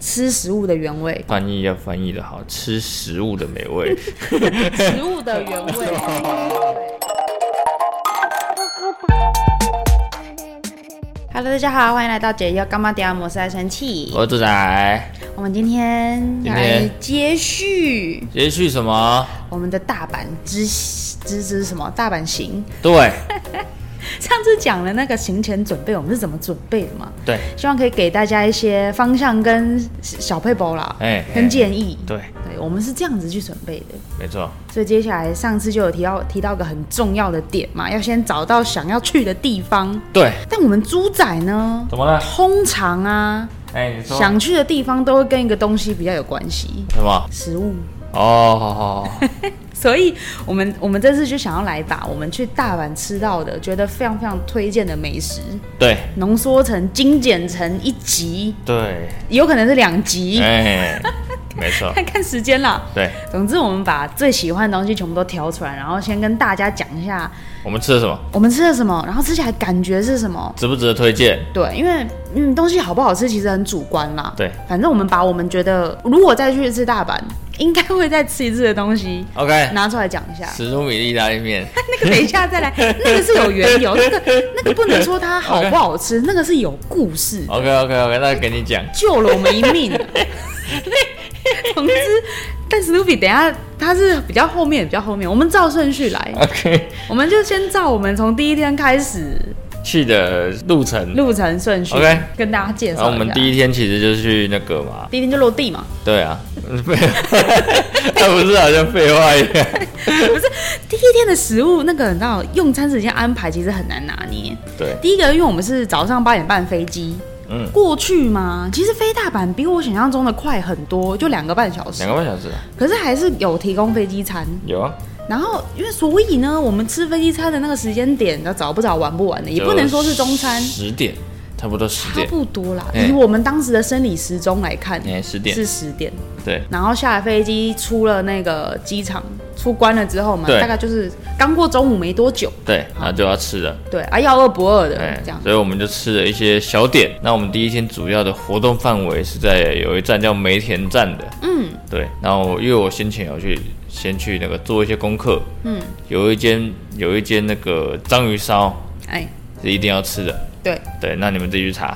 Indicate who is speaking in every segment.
Speaker 1: 吃食物的原味，
Speaker 2: 翻译要翻译的好，吃食物的美味。
Speaker 1: 食物的原味。Hello，大家好，欢迎来到解忧干妈迪亚摩斯爱生气。
Speaker 2: 我是猪仔，
Speaker 1: 我们今天
Speaker 2: 今天
Speaker 1: 来接续
Speaker 2: 接续什么？
Speaker 1: 我们的大阪之之之什么大阪行。
Speaker 2: 对
Speaker 1: 上次讲了那个行前准备，我们是怎么准备的嘛？
Speaker 2: 对
Speaker 1: 希望可以给大家一些方向跟小配博啦，
Speaker 2: 哎
Speaker 1: 跟建议。
Speaker 2: 对，
Speaker 1: 对，我们是这样子去准备的。
Speaker 2: 没错，
Speaker 1: 所以接下来上次就有提到提到个很重要的点嘛，要先找到想要去的地方。
Speaker 2: 对。
Speaker 1: 但我们猪仔呢，
Speaker 2: 怎么了？
Speaker 1: 通常啊，
Speaker 2: 哎、你说
Speaker 1: 想去的地方都会跟一个东西比较有关系，
Speaker 2: 什么？
Speaker 1: 食物。
Speaker 2: 哦，好好好，
Speaker 1: 所以我们我们这次就想要来把我们去大阪吃到的，觉得非常非常推荐的美食，
Speaker 2: 对
Speaker 1: 浓缩成精简成一集，
Speaker 2: 对，
Speaker 1: 有可能是两集，
Speaker 2: 哎、没 错，
Speaker 1: 看看时间啦。
Speaker 2: 对。
Speaker 1: 总之，我们把最喜欢的东西全部都挑出来，然后先跟大家讲一下
Speaker 2: 我们吃了什么？
Speaker 1: 我们吃了什么，然后吃起来感觉是什么。
Speaker 2: 值不值得推荐？
Speaker 1: 对，因为嗯，东西好不好吃其实很主观啦。
Speaker 2: 对
Speaker 1: 反正我们把我们觉得如果再去一次大阪，应该会再吃一次的东 西
Speaker 2: ，OK，
Speaker 1: 拿出来讲一下。
Speaker 2: 史努米意大利面，
Speaker 1: 那个等一下再来， 那个是有缘由，那个那个不能说它好不好 吃，那个是有故事，
Speaker 2: OK OK OK，那给你讲，
Speaker 1: 救了我们一 命。总之，但史努比等一下它是比较后面，比较后面，我们照顺序来，
Speaker 2: OK，
Speaker 1: 我们就先照我们从第一天开始
Speaker 2: 去的路程，
Speaker 1: 路程顺序
Speaker 2: OK
Speaker 1: 跟大家介
Speaker 2: 然
Speaker 1: 绍一下。
Speaker 2: 后我们第一天其实就去那个嘛，
Speaker 1: 第一天就落地嘛，
Speaker 2: 对啊，废， 那不是好像废话一样，
Speaker 1: 不是第一天的食物，那个你知道用餐时间安排其实很难拿捏。
Speaker 2: 对，
Speaker 1: 第一个，因为我们是早上八点半飞机
Speaker 2: 嗯，
Speaker 1: 过去嘛，其实飞大阪比我想象中的快很多，就两个半小时
Speaker 2: 两，个半小时啊，
Speaker 1: 可是还是有提供飞机餐。
Speaker 2: 有啊，
Speaker 1: 然后因为所以呢，我们吃飞机餐的那个时间点，早不早晚不晚的，也不能说是中餐，
Speaker 2: 十点，差不多十
Speaker 1: 差
Speaker 2: 点，
Speaker 1: 不多啦。
Speaker 2: 哎
Speaker 1: 以我们当时的生理时钟来看，
Speaker 2: 哎，十点，
Speaker 1: 是十点。
Speaker 2: 对，
Speaker 1: 然后下了飞机，出了那个机场，出关了之后嘛，
Speaker 2: 对
Speaker 1: 大概就是刚过中午没多久，
Speaker 2: 对，然后就要吃了，
Speaker 1: 对啊，要饿不饿的
Speaker 2: 哎
Speaker 1: 这样，。
Speaker 2: 所以我们就吃了一些小点。那我们第一天主要的活动范围是在有一站叫梅田站的，
Speaker 1: 嗯，
Speaker 2: 对，然后因为我先前有去先去那个做一些功课，嗯，有一间有一间那个章鱼烧
Speaker 1: 哎，
Speaker 2: 是一定要吃的，
Speaker 1: 对，
Speaker 2: 对，那你们自己去查。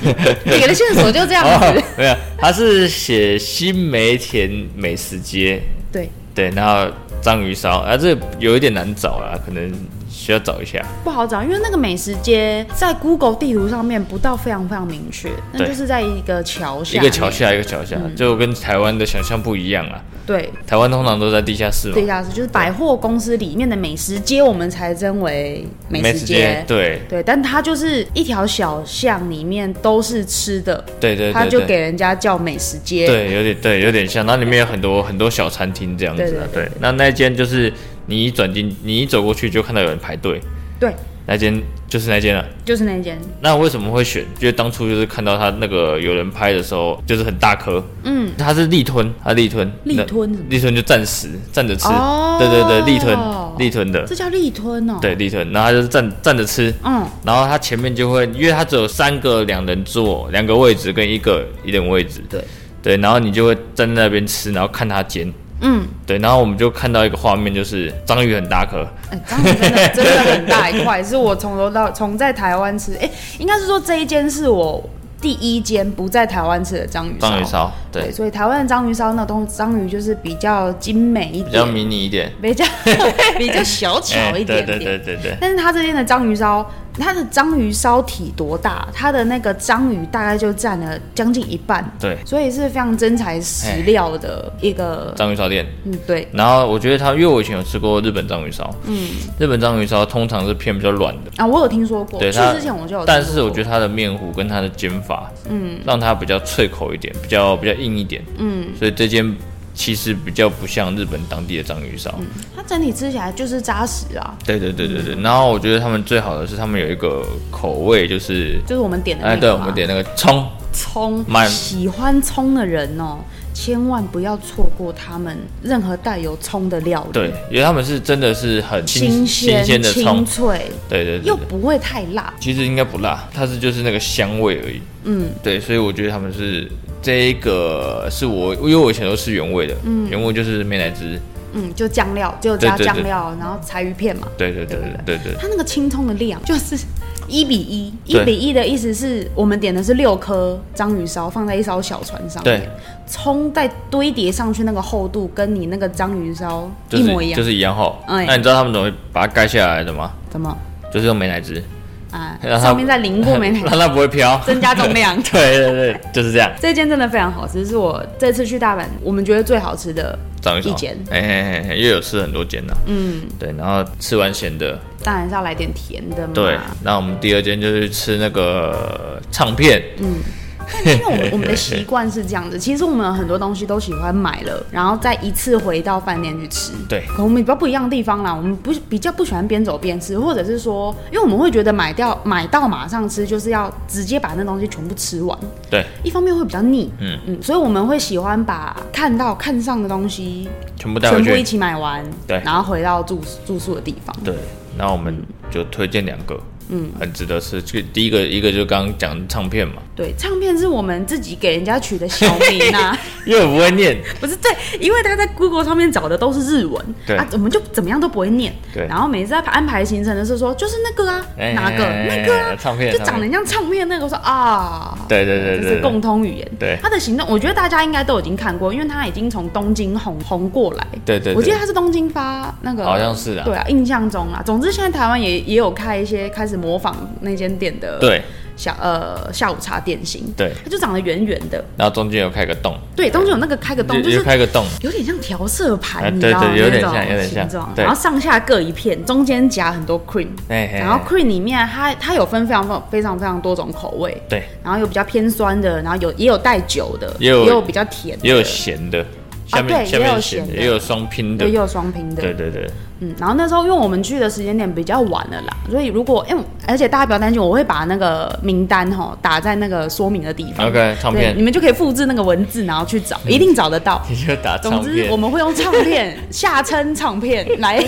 Speaker 1: 你给的线索就这样子
Speaker 2: 哦。，没有，它是写新梅田美食街，
Speaker 1: 对，
Speaker 2: 对，然后章鱼烧，啊，这有一点难找啦，可能需要找一下。
Speaker 1: 不好找，因为那个美食街在 Google 地图上面不到非常非常明确，那
Speaker 2: 对
Speaker 1: 就是在一个桥下，嗯
Speaker 2: 一个桥，下，一个桥下，就跟台湾的想象不一样啊。
Speaker 1: 对，
Speaker 2: 台湾通常都在地下室嘛，
Speaker 1: 地下室就是百货公司里面的美食街，我们才称为美食街。
Speaker 2: 对
Speaker 1: 对，但它就是一条小巷，里面都是吃的，
Speaker 2: 对对对，
Speaker 1: 它就
Speaker 2: 对
Speaker 1: 给人家叫美食街。
Speaker 2: 对，有点对，有点像。那里面有很多很多小餐厅这样子啊。
Speaker 1: 对对对
Speaker 2: 那那间就是你一转进，你一走过去就看到有人排队，
Speaker 1: 对，
Speaker 2: 那间就是那间啊了。
Speaker 1: 就是那间。
Speaker 2: 那为什么会选？就是当初就是看到他那个有人拍的时候，就是很大颗，
Speaker 1: 嗯，
Speaker 2: 他是立吞，他立吞，
Speaker 1: 立吞
Speaker 2: 那
Speaker 1: 什么
Speaker 2: 立吞就站食站着吃，
Speaker 1: 哦
Speaker 2: 对对对，立吞立吞的
Speaker 1: 这，叫立吞哦。
Speaker 2: 对，立吞，然后他就是站站着吃。
Speaker 1: 嗯，
Speaker 2: 然后他前面就会，因为他只有三个两人座，两个位置跟一个一人位置，
Speaker 1: 对，
Speaker 2: 对，然后你就会站在那边吃，然后看他煎，
Speaker 1: 嗯，
Speaker 2: 对，然后我们就看到一个画面，就是章鱼很大颗，
Speaker 1: 哎章鱼真的真的很大一块，是我从头到从在台湾吃，哎、应该是说这一间是我第一间不在台湾吃的章鱼烧。
Speaker 2: 章鱼烧，对，
Speaker 1: 所以台湾的章鱼烧那东章鱼就是比较精美一
Speaker 2: 比较
Speaker 1: 点，
Speaker 2: 迷你一点，
Speaker 1: 比较 比较小巧
Speaker 2: 哎
Speaker 1: 一
Speaker 2: 对
Speaker 1: 点点。
Speaker 2: 对对对对，
Speaker 1: 但是它这边的章鱼烧，它的章鱼烧体多大？它的那个章鱼大概就占了将近一半，
Speaker 2: 对，
Speaker 1: 所以是非常真材实料的一个，
Speaker 2: 章鱼烧店。
Speaker 1: 嗯，对，
Speaker 2: 然后我觉得它，因为我以前有吃过日本章鱼烧，嗯，日本章鱼烧通常是偏比较软的，
Speaker 1: 啊，我有听说过，去
Speaker 2: 对它
Speaker 1: 之前我就有听说过，
Speaker 2: 但是我觉得它的面糊跟它的煎法，嗯，让它比较脆口一点，比较比较硬一点，嗯，所以这间其实比较不像日本当地的章鱼烧，
Speaker 1: 它整体吃起来就是扎实啊，
Speaker 2: 对对对对对。然后我觉得他们最好的是他们有一个口味，就是
Speaker 1: 就是我们点的那
Speaker 2: 哎，
Speaker 1: 个、
Speaker 2: 对，我们点那个葱，
Speaker 1: 葱
Speaker 2: 蛮，
Speaker 1: 喜欢葱的人哦，千万不要错过他们任何带有葱的料理，
Speaker 2: 对，因为他们是真的是很
Speaker 1: 新
Speaker 2: 新
Speaker 1: 鲜、
Speaker 2: 鲜的
Speaker 1: 清，
Speaker 2: 葱
Speaker 1: 脆，
Speaker 2: 对对对
Speaker 1: 又
Speaker 2: 对，
Speaker 1: 不会太辣。
Speaker 2: 其实应该不辣，它是就是那个香味而已。嗯，对，所以我觉得他们是这个是我，因为我以前都吃原味的，原味就是美乃滋，
Speaker 1: 嗯，就酱料，就加
Speaker 2: 对对对
Speaker 1: 酱料，然后柴鱼片嘛。
Speaker 2: 对对对对对对，
Speaker 1: 它那个青葱的量就是一比一，一
Speaker 2: 对
Speaker 1: 比一的意思是我们点的是六颗章鱼烧放在一艘小船上面
Speaker 2: 对，
Speaker 1: 葱再堆叠上去那个厚度跟你那个章鱼烧
Speaker 2: 就
Speaker 1: 一模一
Speaker 2: 是
Speaker 1: 样，
Speaker 2: 就是一样厚。
Speaker 1: 哎
Speaker 2: 那你知道他们怎么把它盖下来的吗？
Speaker 1: 怎么
Speaker 2: 就是用美乃滋，
Speaker 1: 啊？
Speaker 2: 让它
Speaker 1: 上面再淋过 没奶
Speaker 2: 让它不会 飘。。
Speaker 1: 增加重量
Speaker 2: 对对对，就是这样。
Speaker 1: 这间真的非常好吃，是我这次去大阪我们觉得最好吃的，
Speaker 2: 章鱼烧
Speaker 1: 一间
Speaker 2: 哎哎哎，因为有吃很多间呢、嗯，对，然后吃完咸的，
Speaker 1: 当然是要来点甜的嘛。
Speaker 2: 对，那我们第二间就是吃那个唱片，
Speaker 1: 嗯因为我们我们的习惯是这样子，其实我们有很多东西都喜欢买了，然后再一次回到饭店去吃。
Speaker 2: 对
Speaker 1: 可我们比较不一样的地方啦，我们不比较不喜欢边走边吃，或者是说，因为我们会觉得买掉买到马上吃，就是要直接把那东西全部吃完，
Speaker 2: 对，
Speaker 1: 一方面会比较腻，
Speaker 2: 嗯
Speaker 1: 嗯，所以我们会喜欢把看到看上的东西
Speaker 2: 全部带回
Speaker 1: 全部一
Speaker 2: 去。
Speaker 1: 起买完，
Speaker 2: 对
Speaker 1: 然后回到住住宿的地方。
Speaker 2: 对，那我们就推荐两个，嗯，很值得吃。就第一个，一个就刚刚讲的唱 片嘛，
Speaker 1: 对，唱片是我们自己给人家取的小名呐、
Speaker 2: 因为我不会念，
Speaker 1: 不是对，因为他在 Google 上面找的都是日文，
Speaker 2: 对
Speaker 1: 啊，我们就怎么样都不会念。
Speaker 2: 对
Speaker 1: 然后每次在安排行程的时候说，就是那个啊，
Speaker 2: 哎
Speaker 1: 哪个、
Speaker 2: 哎
Speaker 1: 那
Speaker 2: 哎
Speaker 1: 个啊，
Speaker 2: 唱片
Speaker 1: 就长
Speaker 2: 唱
Speaker 1: 得
Speaker 2: 片
Speaker 1: 像唱片那个，我说啊，
Speaker 2: 对对对对
Speaker 1: 这是
Speaker 2: 对
Speaker 1: 共通语言。
Speaker 2: 对
Speaker 1: 他的行动，我觉得大家应该都已经看过，因为他已经从东京红红过来。
Speaker 2: 对对
Speaker 1: 我记
Speaker 2: 对
Speaker 1: 得，他是东京发那个，
Speaker 2: 好像是啊
Speaker 1: 对啊，印象中啊。总之，现在台湾也也有开一些开始模仿那间店的
Speaker 2: 对
Speaker 1: 小呃下午茶点心，
Speaker 2: 对，
Speaker 1: 它就长得圆圆的，
Speaker 2: 然后中间有开个洞，
Speaker 1: 对，中间有那个开个洞，
Speaker 2: 就
Speaker 1: 就是
Speaker 2: 就开个洞，
Speaker 1: 有点像调色盘，
Speaker 2: 哎
Speaker 1: 你知
Speaker 2: 对
Speaker 1: 道
Speaker 2: 对
Speaker 1: 吗
Speaker 2: 有点
Speaker 1: 那种
Speaker 2: 像有点像
Speaker 1: 形状
Speaker 2: 对
Speaker 1: 然后上下各一片，中间夹很多 cream，
Speaker 2: 哎哎
Speaker 1: 然后
Speaker 2: 哎
Speaker 1: cream 里面它它有分非常非常非常多种口味，
Speaker 2: 对，
Speaker 1: 然后有比较偏酸的，然后有也有带酒的，
Speaker 2: 也有
Speaker 1: 比较甜的，
Speaker 2: 也有咸的，下面、
Speaker 1: 啊对
Speaker 2: 下
Speaker 1: 也
Speaker 2: 面
Speaker 1: 有
Speaker 2: 是
Speaker 1: 咸
Speaker 2: 咸
Speaker 1: 的
Speaker 2: 的，也有双拼的
Speaker 1: 对，也，有双拼的，
Speaker 2: 对对 对，
Speaker 1: 嗯，然后那时候因为我们去的时间点比较晚了啦，所以如果哎、而且大家不要担心，我会把那个名单哈打在那个说明的地方
Speaker 2: OK，唱
Speaker 1: 对，
Speaker 2: 片
Speaker 1: 你们就可以复制那个文字，然后去找，一定找得到。
Speaker 2: 你就打
Speaker 1: 总
Speaker 2: 唱
Speaker 1: 之，
Speaker 2: 片
Speaker 1: 我，们会用唱片下称唱片 来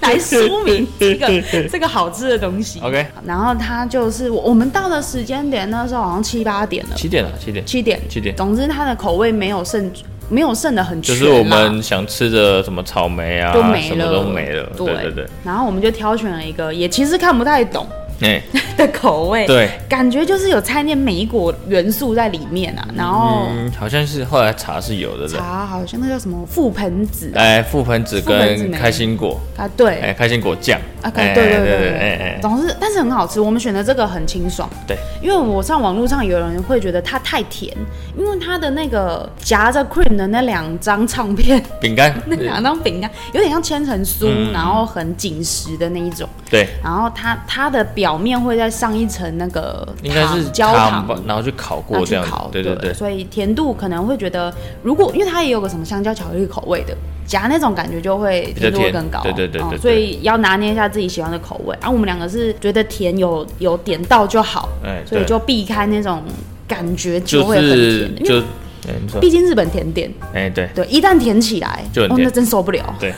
Speaker 1: 来说明这 个这个好吃的东西。
Speaker 2: OK
Speaker 1: 然后它就是我我们到的时间点，那时候好像七八点了，
Speaker 2: 七点了，七点，
Speaker 1: 七点。
Speaker 2: 七点。
Speaker 1: 总之，它的口味没有剩，没有剩的很
Speaker 2: 就
Speaker 1: 全啦，
Speaker 2: 是我们想吃的什么草莓啊，
Speaker 1: 都没
Speaker 2: 什
Speaker 1: 了，
Speaker 2: 么都没了。
Speaker 1: 对
Speaker 2: 对对对，
Speaker 1: 然后我们就挑选了一个，也其实看不太懂
Speaker 2: 哎、
Speaker 1: 的口味，，
Speaker 2: 对，
Speaker 1: 感觉就是有掺一点美果元素在里面啊。然后
Speaker 2: 嗯，好像是后来茶是有的对不对
Speaker 1: 茶好像那叫什么覆盆子啊，
Speaker 2: 哎，覆盆子
Speaker 1: 覆盆子
Speaker 2: 跟
Speaker 1: 没
Speaker 2: 开心果，
Speaker 1: 啊对，
Speaker 2: 哎，开心果酱，
Speaker 1: 啊，对
Speaker 2: 哎
Speaker 1: 对对
Speaker 2: 对
Speaker 1: 对
Speaker 2: 哎
Speaker 1: 对
Speaker 2: 哎，，
Speaker 1: 总之，但是很好吃。我们选的这个很清爽，
Speaker 2: 对，
Speaker 1: 因为我上网络上有人会觉得它太甜，因为它的那个夹着 cream 的那两张唱片，
Speaker 2: 饼干，
Speaker 1: 那两张饼干有点像千层酥，
Speaker 2: 嗯
Speaker 1: 然后很紧实的那一种，
Speaker 2: 对，
Speaker 1: 然后它它的表面会再上一层那个
Speaker 2: 应该是
Speaker 1: 糖焦
Speaker 2: 糖
Speaker 1: 糖
Speaker 2: 吧。，然后去烤
Speaker 1: 然
Speaker 2: 过
Speaker 1: 后去
Speaker 2: 这样子
Speaker 1: 烤，，
Speaker 2: 对对对，
Speaker 1: 所以甜度可能会觉得，如果因为它也有个什么香蕉巧克力口味的，夹那种感觉就会
Speaker 2: 比较
Speaker 1: 甜度会
Speaker 2: 甜
Speaker 1: 更高，哦
Speaker 2: 对对对对对
Speaker 1: 所以要拿捏一下自己喜欢的口味。然、啊后我们两个是觉得甜有有点到就好，
Speaker 2: 哎，
Speaker 1: 所以
Speaker 2: 对
Speaker 1: 就避开那种感觉就
Speaker 2: 就
Speaker 1: 会很
Speaker 2: 是
Speaker 1: 甜，因
Speaker 2: 就
Speaker 1: 为，
Speaker 2: 哎，你说，
Speaker 1: 毕竟日本甜点，
Speaker 2: 哎对，
Speaker 1: 对，一旦甜起来，
Speaker 2: 就很
Speaker 1: 哦，
Speaker 2: 甜
Speaker 1: 那真受不了，
Speaker 2: 对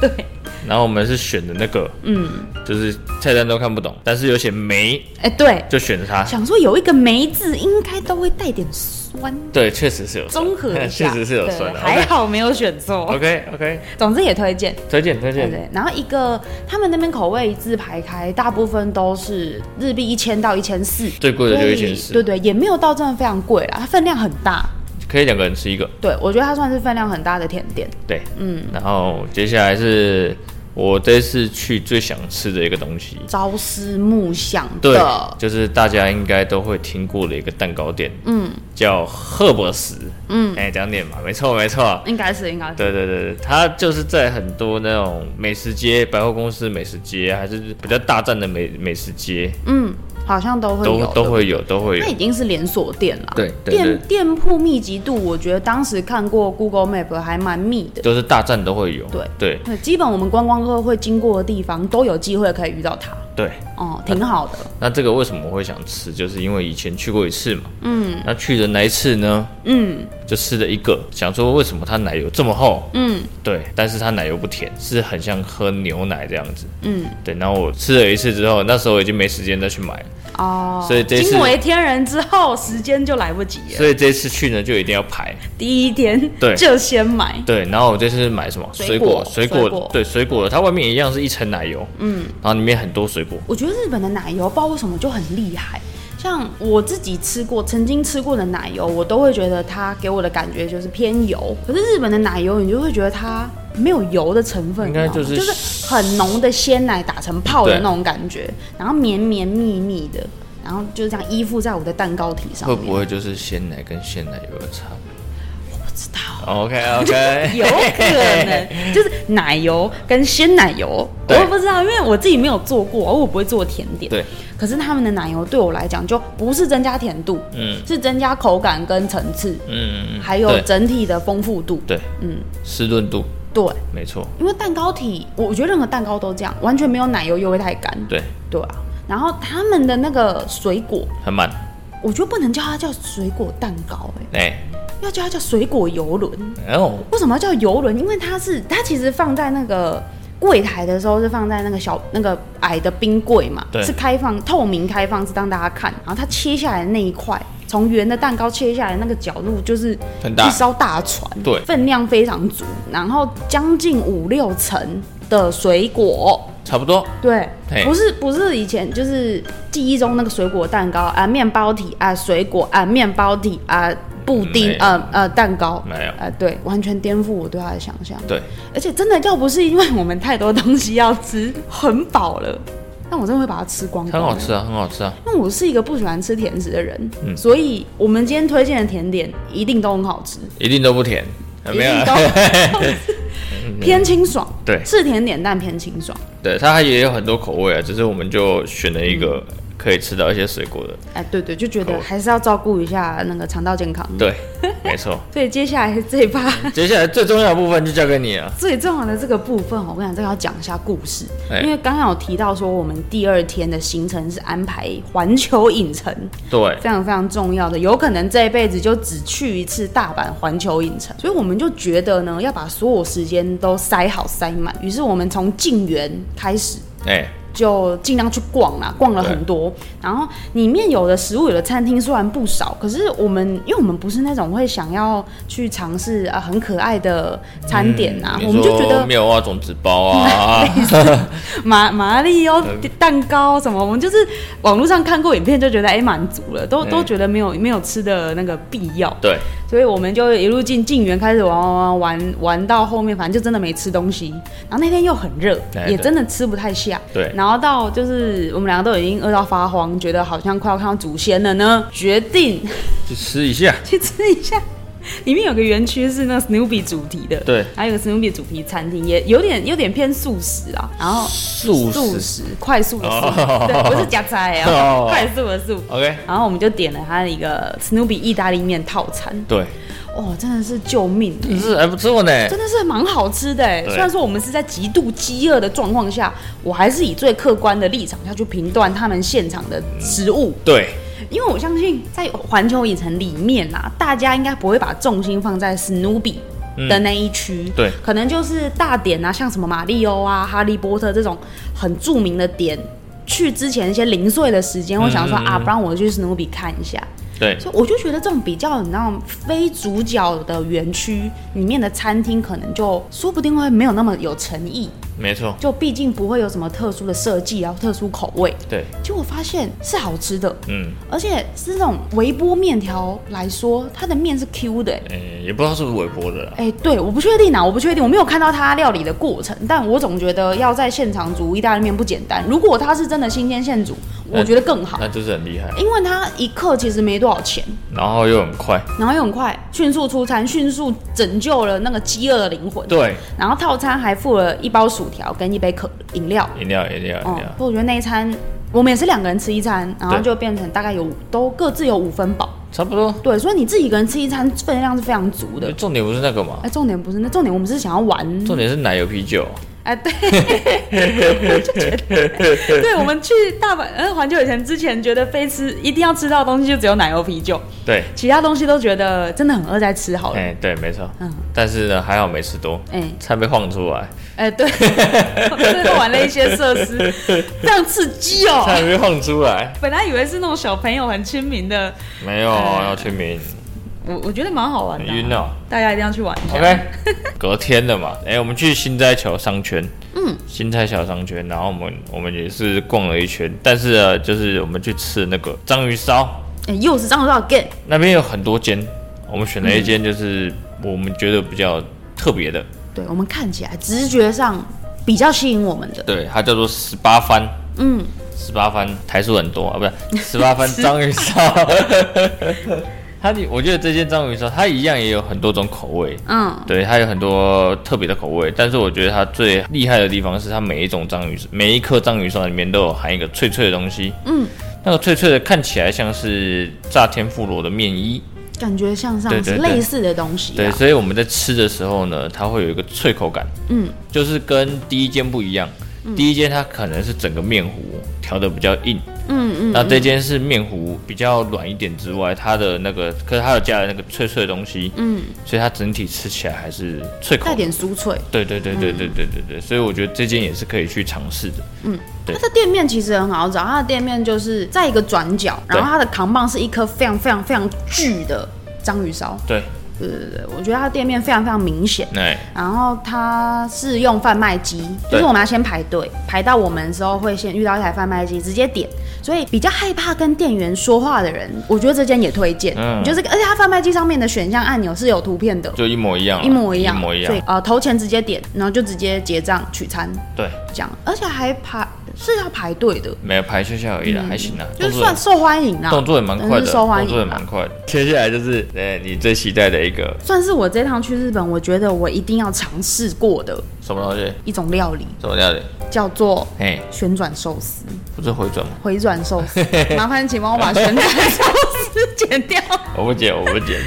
Speaker 1: 对，
Speaker 2: 然后我们是选的那个，嗯，就是菜单都看不懂，但是有写梅，
Speaker 1: 哎对，
Speaker 2: 就选了它，
Speaker 1: 想说有一个梅字，应该都会带点酸。
Speaker 2: 对，确实是有酸
Speaker 1: 综合一
Speaker 2: 确
Speaker 1: 下，
Speaker 2: 实是有
Speaker 1: 对
Speaker 2: 酸的
Speaker 1: 还好没有选错。
Speaker 2: ，OK 嗯 OK，
Speaker 1: 总之也推荐，
Speaker 2: 推荐推
Speaker 1: 对
Speaker 2: 荐，
Speaker 1: 对，然后一个他们那边口味一字排开，大部分都是日币一千到一千四，
Speaker 2: 最贵的就一千
Speaker 1: 对
Speaker 2: 四，
Speaker 1: 对，也没有到真的非常贵啦，它分量很大，
Speaker 2: 可以两个人吃一个，
Speaker 1: 对我觉得它算是分量很大的甜点。
Speaker 2: 对，嗯，然后接下来是我这次去最想吃的一个东西，
Speaker 1: 朝思暮想
Speaker 2: 对
Speaker 1: 的，，
Speaker 2: 就是大家应该都会听过的一个蛋糕店，嗯，叫赫伯斯，嗯，哎、这样念嘛，没错没错，
Speaker 1: 应该是应该是，
Speaker 2: 对对对对，它就是在很多那种美食街、百货公司美食街，还是比较大站的美美食街，
Speaker 1: 嗯，好像都会嗯
Speaker 2: 都
Speaker 1: 有，
Speaker 2: 都。会有，都会有
Speaker 1: 那已，经是连锁店了，
Speaker 2: 对对
Speaker 1: 店
Speaker 2: 对
Speaker 1: 店铺密集度，我觉得当时看过 Google Map 还蛮密的。
Speaker 2: 都是大站都会有，
Speaker 1: 对
Speaker 2: 对
Speaker 1: 对，基本我们观光客会经过的地方都有机会可以遇到它。
Speaker 2: 对，
Speaker 1: 哦，挺好 的。
Speaker 2: 那这个为什么我会想吃，就是因为以前去过一次嘛。嗯。那去的那一次呢？嗯。就吃了一个，想说为什么它奶油这么厚？嗯。对，但是它奶油不甜，是很像喝牛奶这样子。嗯。对，然后我吃了一次之后，那时候已经没时间再去买了，
Speaker 1: 哦，
Speaker 2: 所以这次
Speaker 1: 惊为天人之后，时间就来不及了。
Speaker 2: 所以这次去呢就一定要排。
Speaker 1: 第一天
Speaker 2: 对
Speaker 1: 就先买，
Speaker 2: 对，然后我这次是买什么？
Speaker 1: 水
Speaker 2: 果
Speaker 1: 果，
Speaker 2: 水
Speaker 1: 水果
Speaker 2: 对，水果的，它外面一样是一层奶油，嗯，然后里面很多水果，
Speaker 1: 我觉得日本的奶油不知道为什么就很厉害。像我自己吃过、曾经吃过的奶油，我都会觉得它给我的感觉就是偏油。可是日本的奶油，你就会觉得它没有油的成分，
Speaker 2: 应该
Speaker 1: 你知道吗
Speaker 2: 就是
Speaker 1: 就是很浓的鲜奶打成泡的
Speaker 2: 对
Speaker 1: 那种感觉，然后绵绵密密的，然后就这样依附在我的蛋糕体上
Speaker 2: 会
Speaker 1: 面。
Speaker 2: 不会就是鲜奶跟鲜奶油的差别
Speaker 1: 不知道？
Speaker 2: ？OK OK，
Speaker 1: 有可能就是奶油跟鲜奶油，我
Speaker 2: 对
Speaker 1: 也不知道，因为我自己没有做过，我不会做甜点。
Speaker 2: 对，
Speaker 1: 可是他们的奶油对我来讲就不是增加甜度，
Speaker 2: 嗯
Speaker 1: 是增加口感跟层次，
Speaker 2: 嗯，
Speaker 1: 还有
Speaker 2: 对
Speaker 1: 整体的丰富度。
Speaker 2: 对，嗯，湿润度，
Speaker 1: 对，
Speaker 2: 没错，
Speaker 1: 因为蛋糕体，我觉得任何蛋糕都这样，完全没有奶油又会太干。
Speaker 2: 对，
Speaker 1: 对啊，然后他们的那个水果，
Speaker 2: 很满，
Speaker 1: 我觉得不能叫它叫水果蛋糕、欸，
Speaker 2: 哎、哦
Speaker 1: 要叫它叫水果游轮。
Speaker 2: 然后
Speaker 1: 为什么要叫游轮？因为它是它其实放在那个柜台的时候是放在那个小那个矮的冰柜嘛，
Speaker 2: 对
Speaker 1: 是开放透明开放，是让大家看。然后它切下来的那一块，从圆的蛋糕切下来那个角度就是
Speaker 2: 很大
Speaker 1: 一艘大船，
Speaker 2: 对
Speaker 1: 分量非常足，然后将近五六层的水果。
Speaker 2: 差不多，
Speaker 1: 对
Speaker 2: 嘿，
Speaker 1: 不是不是以前就是记忆中那个水果蛋糕啊，面包体啊，水果啊，面包体啊，布
Speaker 2: 嗯没
Speaker 1: 丁
Speaker 2: 有
Speaker 1: 呃呃蛋糕
Speaker 2: 没有
Speaker 1: 呃对，完全颠覆我对它的想象。
Speaker 2: 对，
Speaker 1: 而且真的要不是因为我们太多东西要吃，很饱了，但我真的会把它吃光
Speaker 2: 很
Speaker 1: 光。
Speaker 2: 好吃嗯啊，很好吃啊，
Speaker 1: 因为我是一个不喜欢吃甜食的人，所以我们今天推荐的甜点一定都很好吃，
Speaker 2: 一定都不甜，
Speaker 1: 一
Speaker 2: 没有
Speaker 1: 定
Speaker 2: 啊，嗯
Speaker 1: 都偏清爽。
Speaker 2: 对
Speaker 1: 是甜点但偏清爽。
Speaker 2: 对，它也有很多口味啊，只是我们就选了一个
Speaker 1: 嗯
Speaker 2: 可以吃到一些水果的，
Speaker 1: 哎，对对，就觉
Speaker 2: 口
Speaker 1: 得
Speaker 2: 味
Speaker 1: 还是要照顾一下那个肠道健康。
Speaker 2: 对，没错。
Speaker 1: 所以接下来这一趴
Speaker 2: 接下来最重要的部分就交给你了。啊
Speaker 1: 最重要的这个部分，我跟你讲，这个要讲一下故事，
Speaker 2: 哎
Speaker 1: 因为刚刚有提到说，我们第二天的行程是安排环球影城，
Speaker 2: 对，
Speaker 1: 非常非常重要的，有可能这一辈子就只去一次大阪环球影城，所以我们就觉得呢，要把所有时间都塞好塞满，于是我们从静园开始。
Speaker 2: 哎、
Speaker 1: 就尽量去逛啦，逛了很多。然后里面有的食物，有的餐厅虽然不少，可是我们因为我们不是那种会想要去尝试啊很可爱的餐点啊，
Speaker 2: 嗯你
Speaker 1: 我们就觉
Speaker 2: 说
Speaker 1: 得
Speaker 2: 妙蛙种子包 啊，
Speaker 1: 马马里奥哦
Speaker 2: 嗯
Speaker 1: 蛋糕什么，我们就是网络上看过影片就觉得哎满、足了，都都
Speaker 2: 嗯
Speaker 1: 觉得没有没有吃的那个必要，
Speaker 2: 对，
Speaker 1: 所以我们就一路进进园开始玩玩玩玩玩到后面，反正就真的没吃东西。然后那天又很热
Speaker 2: 哎，
Speaker 1: 也
Speaker 2: 对
Speaker 1: 真的吃不太下。
Speaker 2: 对
Speaker 1: 然后到就是我们两个都已经饿到发慌，觉得好像快要看到祖先了呢，决定
Speaker 2: 去吃一下。
Speaker 1: 去吃一下。里面有个园区是那个 Snoopy 主题的，
Speaker 2: 对
Speaker 1: 还有个 Snoopy 主题餐厅，也有点有点偏素食啊，然后
Speaker 2: 素食
Speaker 1: 素食快速的素，
Speaker 2: 哦
Speaker 1: 对，不是夹菜
Speaker 2: 哦
Speaker 1: 啊，快速的素。
Speaker 2: OK，
Speaker 1: 然后我们就点了他的一个 Snoopy 意大利面套餐，
Speaker 2: 对，
Speaker 1: 哦，真的是救命、欸！
Speaker 2: 是还不错呢。
Speaker 1: 真的是蛮好吃的哎，
Speaker 2: 嗯对
Speaker 1: 虽然说我们是在极度饥饿的状况下，我还是以最客观的立场下去评断他们现场的食物，
Speaker 2: 对，
Speaker 1: 因为我相信在环球影城里面啦、大家应该不会把重心放在史努比的那一区、
Speaker 2: 对
Speaker 1: 可能就是大点啊，像什么马里奥啊、哈利波特这种很著名的点，去之前一些零碎的时间，我想说、啊，不然我去史努比看一下，
Speaker 2: 对，
Speaker 1: 所以我就觉得这种比较你知道非主角的园区里面的餐厅，可能就说不定会没有那么有诚意，
Speaker 2: 没错，
Speaker 1: 就毕竟不会有什么特殊的设计啊、特殊口味。
Speaker 2: 对，
Speaker 1: 结果发现是好吃的，
Speaker 2: 嗯，
Speaker 1: 而且是这种微波面条来说，它的面是 Q 的、欸。
Speaker 2: 哎、也不知道是不是微波的啦。
Speaker 1: 哎、对，我不确定啊，我不确定，我没有看到它料理的过程，但我总觉得要在现场煮意大利面不简单。如果它是真的新鲜现煮，我觉得更好，
Speaker 2: 那就是很厉害，
Speaker 1: 因为它一克其实没多少钱，
Speaker 2: 然后又很快，
Speaker 1: 然后又很快，迅速出餐，迅速拯救了那个饥饿的灵魂。
Speaker 2: 对，
Speaker 1: 然后套餐还附了一包薯条跟一杯可饮料。
Speaker 2: 饮料，饮料，饮
Speaker 1: 哦、
Speaker 2: 料，
Speaker 1: 所以我觉得那一餐我们也是两个人吃一餐，然后
Speaker 2: 对
Speaker 1: 就变成大概有五都各自有五分饱。
Speaker 2: 差不多。
Speaker 1: 对，所以你自己一个人吃一餐分量是非常足的。
Speaker 2: 重点不是那个嘛
Speaker 1: 哎，，重点不是那重点，我们是想要玩。
Speaker 2: 重点是奶油啤酒。
Speaker 1: 啊，对， 我就觉得，对我们去大阪呃环球影城之前，觉得非吃一定要吃到的东西就只有奶油啤酒，
Speaker 2: 对，
Speaker 1: 其他东西都觉得真的很饿再吃好了。
Speaker 2: 哎、对，没错。
Speaker 1: 嗯
Speaker 2: 但是呢，还好没吃多，
Speaker 1: 哎
Speaker 2: 差点被晃出来，
Speaker 1: 哎、对，我真的玩了一些设施，非常刺激
Speaker 2: 差
Speaker 1: 哦。
Speaker 2: 点被晃出来。
Speaker 1: 本来以为是那种小朋友很亲民的，
Speaker 2: 没有，
Speaker 1: 哎
Speaker 2: 要签名，
Speaker 1: 我我觉得蛮好玩
Speaker 2: 很
Speaker 1: 的、啊
Speaker 2: 晕哦。
Speaker 1: 大家一定要去玩一下。
Speaker 2: OK，隔 天了嘛，哎、我们去新斋桥商圈，嗯，新斋桥商圈，然后我们我们也是逛了一圈，但是呢，就是我们去吃那个章鱼烧，
Speaker 1: 哎又是张老师 get，
Speaker 2: 那边有很多间，我们选了一间，就是我们觉得比较特别的，
Speaker 1: 对我们看起来直觉上比较吸引我们的，
Speaker 2: 对，它叫做十八番，
Speaker 1: 嗯，
Speaker 2: 十八番台数很多啊，不 是十八番章鱼 烧。它你我觉得这间章鱼烧，它一样也有很多种口味，
Speaker 1: 嗯，
Speaker 2: 对，它有很多特别的口味，但是我觉得它最厉害的地方是它每一种章鱼，每一颗章鱼烧里面都有含一个脆脆的东西，嗯，那个脆脆的看起来像是炸天妇罗的面衣，
Speaker 1: 感觉像上
Speaker 2: 对
Speaker 1: 是
Speaker 2: 对对
Speaker 1: 类似的东西、啊。
Speaker 2: 对，所以我们在吃的时候呢，它会有一个脆口感，
Speaker 1: 嗯，
Speaker 2: 就是跟第一间不一样，第一间它可能是整个面糊调的比较硬，
Speaker 1: 嗯嗯，
Speaker 2: 那这间是面糊比较软一点之外，它的那个，可是它有加了那个脆脆的东西，嗯，所以它整体吃起来还是脆口
Speaker 1: 带
Speaker 2: 的。
Speaker 1: 点酥脆。
Speaker 2: 对对对对对对对对，所以我觉得这间也是可以去尝试的。对
Speaker 1: 它的店面其实很好找，它的店面就是在一个转角，然后它的扛棒是一颗非常非常非常巨的章鱼烧。
Speaker 2: 对，
Speaker 1: 对对对，我觉得它的店面非常非常明显。
Speaker 2: 哎，
Speaker 1: 然后它是用贩卖机，就
Speaker 2: 对
Speaker 1: 是我们要先排队，排到我们的时候会先遇到一台贩卖机，直接点。所以比较害怕跟店员说话的人，我觉得这间也推荐。
Speaker 2: 嗯
Speaker 1: 嗯，就是而且它贩卖机上面的选项按钮是有图片的，
Speaker 2: 就一模一样了，
Speaker 1: 一模一样，
Speaker 2: 一模一
Speaker 1: 所以
Speaker 2: 样。
Speaker 1: 呃，投钱直接点，然后就直接结账取餐
Speaker 2: 对，
Speaker 1: 这样，而且还排是要排队的，
Speaker 2: 没有排休息好一了，还行啊，
Speaker 1: 就
Speaker 2: 动
Speaker 1: 是
Speaker 2: 作
Speaker 1: 算受欢迎啦，
Speaker 2: 动作也蛮快
Speaker 1: 但
Speaker 2: 的，
Speaker 1: 是受欢
Speaker 2: 动
Speaker 1: 迎
Speaker 2: 作也
Speaker 1: 啦
Speaker 2: 蛮快的。接下来就是，哎，你最期待的一个
Speaker 1: 算是我这趟去日本，我觉得我一定要尝试过的
Speaker 2: 什么东西？
Speaker 1: 一种料理，
Speaker 2: 什么料理？
Speaker 1: 叫做
Speaker 2: 哎，
Speaker 1: 旋转寿司。
Speaker 2: 不是回转吗？
Speaker 1: 回转寿 司，麻烦请帮我把旋转寿司剪掉。
Speaker 2: 我不解，我不解。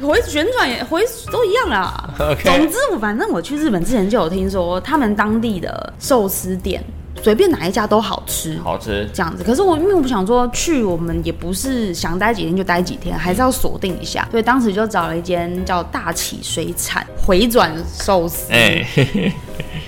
Speaker 1: 回旋转也回都一样啦。
Speaker 2: OK
Speaker 1: 总之，我反正我去日本之前就有听说，他们当地的寿司店随便哪一家都好吃。
Speaker 2: 好吃，
Speaker 1: 这样子，可是我因为我不想说去，我们也不是想待几天就待几天，还是要锁定一下，所以当时就找了一间叫大起水产回转寿司，
Speaker 2: 哎，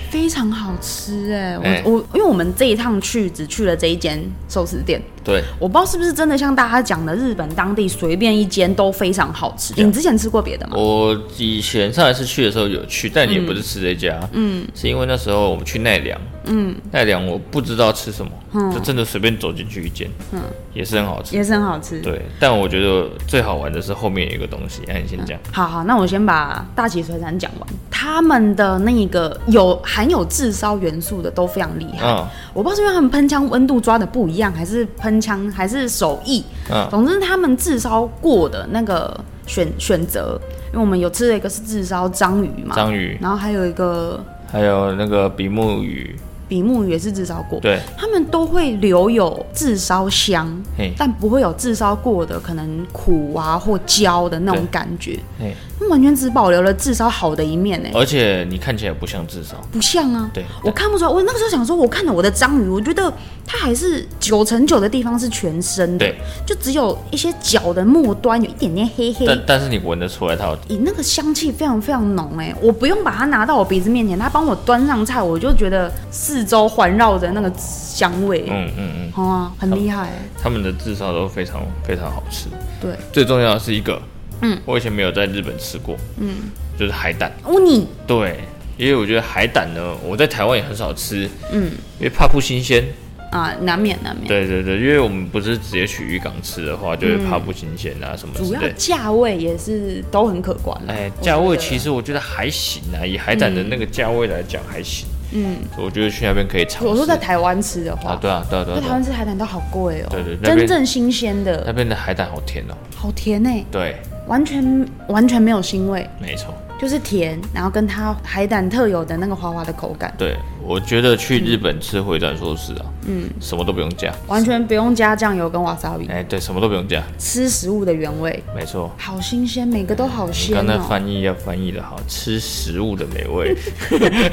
Speaker 1: 非常好吃哎、我、
Speaker 2: 哎
Speaker 1: 我因为我们这一趟去只去了这一间寿司店，
Speaker 2: 对，
Speaker 1: 我不知道是不是真的像大家讲的，日本当地随便一间都非常好吃。
Speaker 2: 样
Speaker 1: 你之前吃过别的吗？
Speaker 2: 啊我以前上一次去的时候有去，但也不是吃这家，嗯，是因为那时候我们去奈良，嗯，奈良我不知道吃什么，就真的随便走进去一间，嗯，也是很好吃，
Speaker 1: 也是很好吃。
Speaker 2: 对，但我觉得最好玩的是后面有一个东西，哎那、你先讲，
Speaker 1: 好好，那我先把大崎水产讲完。他们的那个有含有炙烧元素的都非常厉害。
Speaker 2: 嗯
Speaker 1: 我不知道是因为他们喷枪温度抓的不一样，还是喷枪还是手艺，
Speaker 2: 嗯，
Speaker 1: 总之他们炙烧过的那个选选择，因为我们有吃了一个是炙烧章鱼嘛，
Speaker 2: 章鱼，
Speaker 1: 然后还有一个
Speaker 2: 还有那个比目鱼，
Speaker 1: 比目鱼也是炙烧过。
Speaker 2: 对，
Speaker 1: 他们都会留有炙烧香
Speaker 2: 嘿，
Speaker 1: 但不会有炙烧过的可能苦啊或焦的那种
Speaker 2: 对
Speaker 1: 感觉，
Speaker 2: 嘿，
Speaker 1: 他们完全只保留了炙烧好的一面呢、欸
Speaker 2: 而且你看起来不像至少，
Speaker 1: 不像啊。
Speaker 2: 对
Speaker 1: 我看不出来。我那个时候想说，我看了我的章鱼，我觉得它还是九成九的地方是全身的
Speaker 2: 对，
Speaker 1: 就只有一些脚的末端有一点点黑黑。
Speaker 2: 但但是你闻得出来它有，嗯
Speaker 1: 咦，那个香气非常非常浓哎、我不用把它拿到我鼻子面前，它帮我端上菜，我就觉得四周环绕着那个香味，
Speaker 2: 嗯嗯嗯，
Speaker 1: 哦、啊，很厉害欸、
Speaker 2: 他们的至少都非常非常好吃，
Speaker 1: 对，
Speaker 2: 最重要的是一个，嗯，我以前没有在日本吃过，嗯，就是海胆。
Speaker 1: 乌尼
Speaker 2: 对，因为我觉得海胆呢，我在台湾也很少吃，嗯，因为怕不新鲜。
Speaker 1: 啊，难免难免。
Speaker 2: 对对对，因为我们不是直接去渔港吃的话，就会怕不新鲜啊什么
Speaker 1: 嗯主
Speaker 2: 之
Speaker 1: 要
Speaker 2: 类的。
Speaker 1: 价位也是都很可观啊啦
Speaker 2: 哎，价位其
Speaker 1: 实
Speaker 2: 实我觉得还行啊，以海胆的那个价位来讲还行。嗯，我觉得去那边可以尝试。
Speaker 1: 我说在台湾吃的话，
Speaker 2: 啊，对啊，对啊，对啊
Speaker 1: 在
Speaker 2: 对
Speaker 1: 台
Speaker 2: 啊，
Speaker 1: 湾吃海胆都好贵哦、
Speaker 2: 对对那
Speaker 1: 真
Speaker 2: 边
Speaker 1: 正新鲜
Speaker 2: 那
Speaker 1: 的
Speaker 2: 边的海胆好甜哦。
Speaker 1: 好甜哎、
Speaker 2: 对，
Speaker 1: 完全完全没有腥味，
Speaker 2: 没错，
Speaker 1: 就是甜，然后跟它海胆特有的那个滑滑的口感，
Speaker 2: 对，我觉得去日本吃回转寿司啊，嗯，什么都不用加，
Speaker 1: 完全不用加酱油跟瓦萨比，
Speaker 2: 哎，对，什么都不用加，
Speaker 1: 吃食物的原味，
Speaker 2: 没错。
Speaker 1: 好新鲜，每个都好鲜
Speaker 2: 刚才
Speaker 1: 哦、
Speaker 2: 翻译要翻译的好，吃食物的 美味。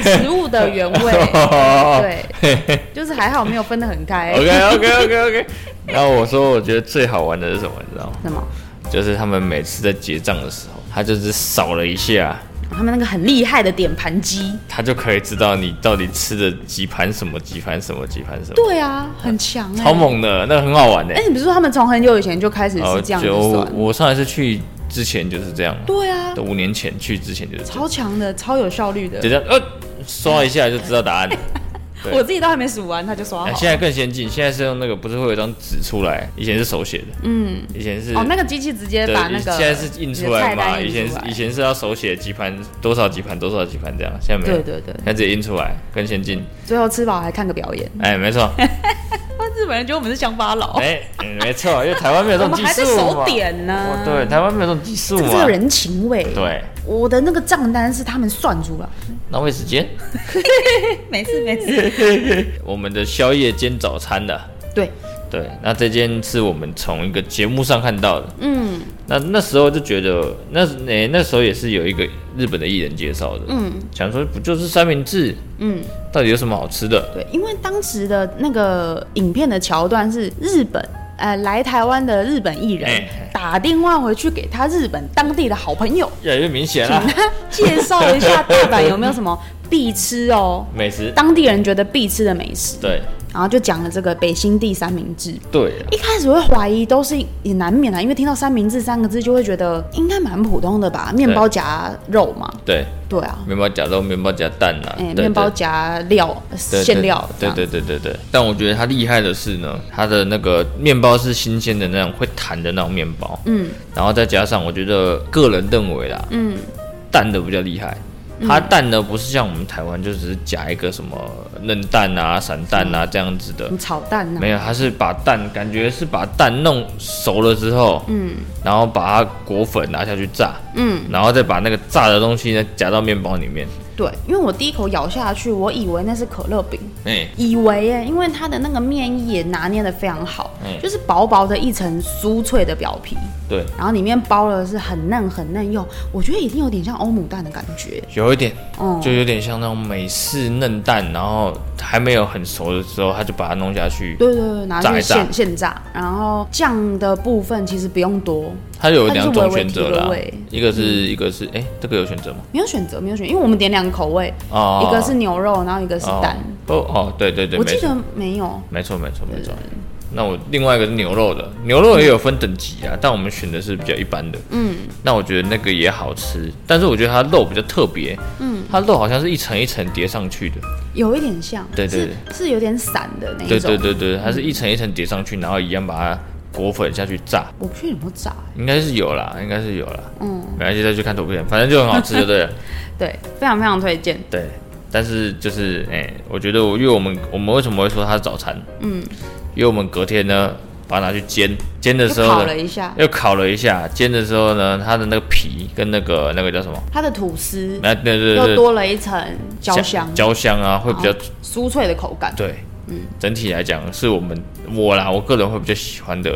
Speaker 1: 食物的原 味，
Speaker 2: 哦
Speaker 1: 对，就是还好没有分得很开、
Speaker 2: OK OK OK OK。然后我说，我觉得最好玩的是什么，你知道吗？
Speaker 1: 什么？
Speaker 2: 就是他们每次在结账的时候，他就是扫了一下，
Speaker 1: 他们那个很厉害的点盘机，
Speaker 2: 他就可以知道你到底吃的几盘什么，几盘什么，几盘什么，
Speaker 1: 对啊，很强哎、
Speaker 2: 超猛的，那个很好玩的
Speaker 1: 哎、。你不是说他们从很久以前就开始
Speaker 2: 哦
Speaker 1: 是这样子
Speaker 2: 就我
Speaker 1: 算？
Speaker 2: 我上一次去之前就是这样，
Speaker 1: 对啊，
Speaker 2: 五年前去之前就是这样，
Speaker 1: 超强的，超有效率的
Speaker 2: 就。这样呃刷一下就知道答 案。对
Speaker 1: 我自己都还没数完，他就哦刷好
Speaker 2: 啊、现在更先进，现在是用那个，不是会有一张纸出来？以前是手写的，嗯，以前是
Speaker 1: 哦，那个机器直接
Speaker 2: 对，
Speaker 1: 把那个
Speaker 2: 现在是印出来嘛？以前是以
Speaker 1: 前
Speaker 2: 前是要手写几盘多少几盘多少几盘这样，现在没有，
Speaker 1: 对对对，
Speaker 2: 现在直接印出来更先进。
Speaker 1: 最后吃饱还看个表 演。
Speaker 2: 哎，没错，
Speaker 1: 哦那日本人觉得我们是乡巴佬，
Speaker 2: 哎，嗯没错，因为台湾没有这
Speaker 1: 我
Speaker 2: 种
Speaker 1: 们
Speaker 2: 技
Speaker 1: 还在
Speaker 2: 术
Speaker 1: 手
Speaker 2: 嘛，
Speaker 1: 点呢
Speaker 2: 哦。对，，台湾没有这种技术
Speaker 1: 这
Speaker 2: 嘛
Speaker 1: 个，人情味。，
Speaker 2: 对，
Speaker 1: 我的那个账单是他们算出来。
Speaker 2: 浪费时间。
Speaker 1: 没事没事。
Speaker 2: 我们的宵夜兼早餐的，
Speaker 1: 对，
Speaker 2: 对，那这间是我们从一个节目上看到的，嗯，那那时候就觉得，那诶、那时候也是有一个日本的艺人介绍的，嗯，想说不就是三明治，嗯，到底有什么好吃的？
Speaker 1: 对，因为当时的那个影片的桥段是日本。呃，来台湾的日本艺人
Speaker 2: 哎
Speaker 1: 打电话回去给他日本当地的好朋友，
Speaker 2: 越来越明显啦，
Speaker 1: 介绍一下大阪有没有什么必吃哦，
Speaker 2: 美食，
Speaker 1: 当地人觉得必吃的美食，
Speaker 2: 对
Speaker 1: 然后就讲了这个北新地三明治。
Speaker 2: 对啊，
Speaker 1: 一开始会怀疑，都是也难免啊，因为听到三明治三个字就会觉得应该蛮普通的吧，面包夹肉嘛，
Speaker 2: 对，
Speaker 1: 对啊，
Speaker 2: 面包夹肉，面包夹蛋啦，
Speaker 1: 哎、
Speaker 2: 对
Speaker 1: 面包夹料
Speaker 2: 对对
Speaker 1: 馅料这
Speaker 2: 对
Speaker 1: 样，
Speaker 2: 对对对对。但我觉得它厉害的是呢，它的那个面包是新鲜的那种会弹的那种面包，嗯，然后再加上我觉得个人认为啦，嗯，蛋的比较厉害。它蛋呢，不是像我们台湾就只是夹一个什么嫩蛋啊、散蛋啊这样子的
Speaker 1: 什，么炒蛋啊呢、
Speaker 2: 没有，它是把蛋感觉是把蛋弄熟了之后，嗯，然后把它裹粉拿下去炸，嗯，然后再把那个炸的东西呢夹到面包里面，
Speaker 1: 对，因为我第一口咬下去，我以为那是可乐饼，
Speaker 2: 哎、
Speaker 1: 以为耶，因为它的那个面衣也拿捏的非常好，
Speaker 2: 嗯
Speaker 1: 就是薄薄的一层酥脆的表皮，
Speaker 2: 对，
Speaker 1: 然后里面包的是很嫩很嫩又，我觉得已经有点像欧姆蛋的感觉，
Speaker 2: 有一点，
Speaker 1: 嗯
Speaker 2: 就有点像那种美式嫩蛋，然后还没有很熟的时候，他就把它弄下去，
Speaker 1: 对对对，拿
Speaker 2: 炸
Speaker 1: 去
Speaker 2: 一炸
Speaker 1: 现现炸，然有酱的部分其实不用多，
Speaker 2: 它有两种选
Speaker 1: 它
Speaker 2: 择啦
Speaker 1: 就是微微提了味，嗯
Speaker 2: 一个是一个是，哎、这个有选择吗？
Speaker 1: 没有选择，没有选，因为我们点两个口味，
Speaker 2: 哦
Speaker 1: 一个是牛肉，然后一个是蛋，
Speaker 2: 哦哦，对对对，
Speaker 1: 我
Speaker 2: 没
Speaker 1: 记
Speaker 2: 错
Speaker 1: 得没有，
Speaker 2: 没错没错没错。那我另外一个是牛肉的，牛肉也有分等级啊，但我们选的是比较一般的。嗯，那我觉得那个也好吃，但是我觉得它肉比较特别。嗯，它肉好像是一层一层叠上去的。
Speaker 1: 有一点像，
Speaker 2: 对对
Speaker 1: 是是有点散的那一
Speaker 2: 对
Speaker 1: 种，
Speaker 2: 对对对，它是一层一层叠上去，然后一样把它裹粉下去炸。
Speaker 1: 我不确定有没有炸，
Speaker 2: 应该是有啦，应该是有啦。嗯，没关系，再去看图片，反正就很好吃，就对 了。
Speaker 1: 对，非常非常推荐，
Speaker 2: 对，但是就是哎、我觉得我因为我们我们为什么会说它是早餐？嗯，因为我们隔天呢把它拿去煎，煎的
Speaker 1: 就
Speaker 2: 时候
Speaker 1: 烤了
Speaker 2: 呢
Speaker 1: 一下，
Speaker 2: 又烤了一下，煎的时候呢，它的那个皮跟那个那个叫什么？
Speaker 1: 它的吐司
Speaker 2: 那对对
Speaker 1: 又
Speaker 2: 对对，
Speaker 1: 多了一层焦香，
Speaker 2: 焦香啊，会比较、
Speaker 1: 酥脆的口感。
Speaker 2: 对。嗯，整体来讲是我们我啦，我个人会比较喜欢的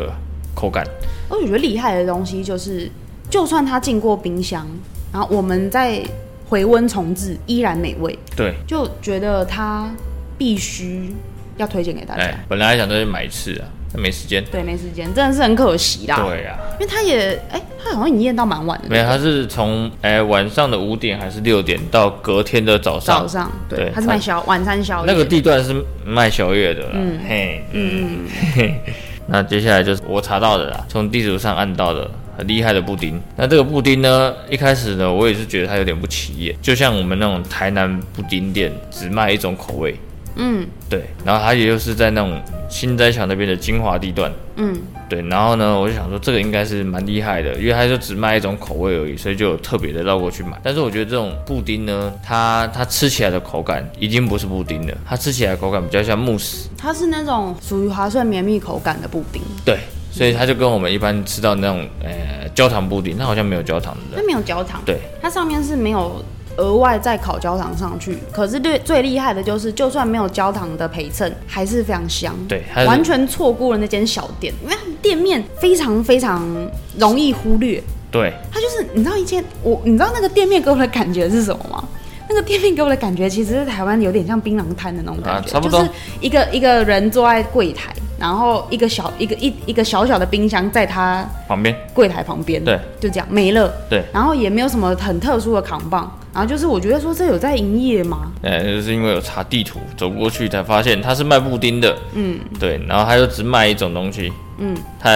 Speaker 2: 口感。
Speaker 1: 而我觉得厉害的东西就是，就算它进过冰箱，然后我们再回温重置，依然美味，
Speaker 2: 对，
Speaker 1: 就觉得它必须要推荐给大
Speaker 2: 哎、
Speaker 1: 家。
Speaker 2: 本来还想再去买一次啊，但没时间。
Speaker 1: 对，没时间，真的是很可惜啦。
Speaker 2: 对啊，
Speaker 1: 因为它也，哎、它好像营业到蛮晚的。
Speaker 2: 没有，他是从哎、晚上的五点还是六点到隔天的早上
Speaker 1: 早，上，对
Speaker 2: 对，
Speaker 1: 它是卖宵晚餐宵夜。
Speaker 2: 那个地段是卖宵夜的啦。嘿，嗯，嘿。那接下来就是我查到的啦，从地图上按到的很厉害的布丁。那这个布丁呢，一开始呢，我也是觉得它有点不起眼，就像我们那种台南布丁店只卖一种口味。嗯，对，然后它也就是在那种新斋桥那边的精华地段。
Speaker 1: 嗯，
Speaker 2: 对，然后呢，我就想说这个应该是蛮厉害的，因为它就只卖一种口味而已，所以就有特别的绕过去买。但是我觉得这种布丁呢，它它吃起来的口感已经不是布丁了，它吃起来的口感比较像慕斯。
Speaker 1: 它是那种属于滑顺绵密口感的布丁，
Speaker 2: 对，所以它就跟我们一般吃到那种呃焦糖布丁，它好像没有焦糖的
Speaker 1: 它，没有焦糖，
Speaker 2: 对，
Speaker 1: 它上面是没有额外再烤焦糖上去。可是对最厉害的就是，就算没有焦糖的陪衬，还是非常香。
Speaker 2: 对它是
Speaker 1: 完全错过了那间小店，因为它店面非常非常容易忽略。
Speaker 2: 对，
Speaker 1: 它就是你知道一件我你知道那个店面给我的感觉是什么吗？那个店面给我的感觉其实是台湾有点像槟榔摊的那种感觉，
Speaker 2: 啊差不多
Speaker 1: 就是一个一个人坐在柜台，然后一个小一个一一个小小的冰箱在他
Speaker 2: 旁边
Speaker 1: 柜台旁边，
Speaker 2: 对，
Speaker 1: 就这样没了，
Speaker 2: 对，
Speaker 1: 然后也没有什么很特殊的扛棒，然后就是我觉得说这有在营业吗？
Speaker 2: 呃，就是因为有查地图走过去才发现它是卖布丁的，嗯，对，然后它就只卖一种东西，嗯，它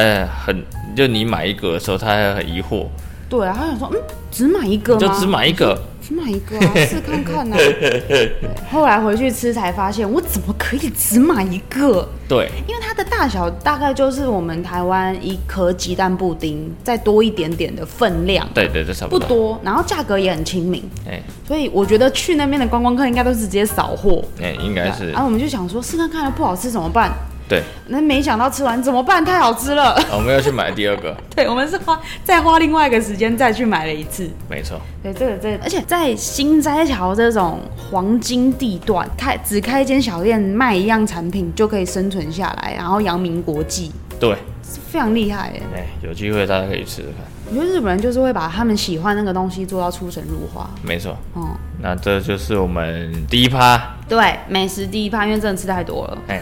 Speaker 2: 很就你买一个的时候，它还很疑惑，
Speaker 1: 对啊，他想说嗯，只买一个
Speaker 2: 你
Speaker 1: 吗？
Speaker 2: 就只买一 个，
Speaker 1: 只买一个啊，试看看啊。对后来回去吃才发现，我怎么可以只买一个？
Speaker 2: 对，
Speaker 1: 因为它的大小大概就是我们台湾一颗鸡蛋布丁再多一点点的分量，
Speaker 2: 对对，这差
Speaker 1: 不
Speaker 2: 不多，
Speaker 1: 多，然后价格也很亲民，
Speaker 2: 哎
Speaker 1: 所以我觉得去那边的观光客应该都是直接扫货。啊
Speaker 2: 哎，应该是
Speaker 1: 然后我们就想说试看看不好吃怎么办？
Speaker 2: 对，
Speaker 1: 那没想到吃完怎么办？太好吃了。
Speaker 2: 哦我们要去买第二个，
Speaker 1: 对，我们是花再花另外一个时间再去买了一次。
Speaker 2: 没错，
Speaker 1: 对，这个这个，而且在新斋桥这种黄金地段，开只开一间小店卖一样产品就可以生存下来，然后扬名国际，
Speaker 2: 对，
Speaker 1: 是非常厉害的。
Speaker 2: 哎，有机会大家可以试试看，
Speaker 1: 我觉得日本人就是会把他们喜欢那个东西做到出神入化。
Speaker 2: 没错，
Speaker 1: 哦、
Speaker 2: 那这就是我们第一趴，
Speaker 1: 对，美食第一趴，因为真的吃太多了。
Speaker 2: 哎，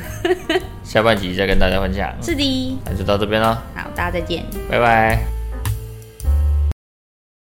Speaker 2: 下半集再跟大家分享，
Speaker 1: 是的，
Speaker 2: 那就到这边了，
Speaker 1: 好，大家再见。
Speaker 2: 拜拜。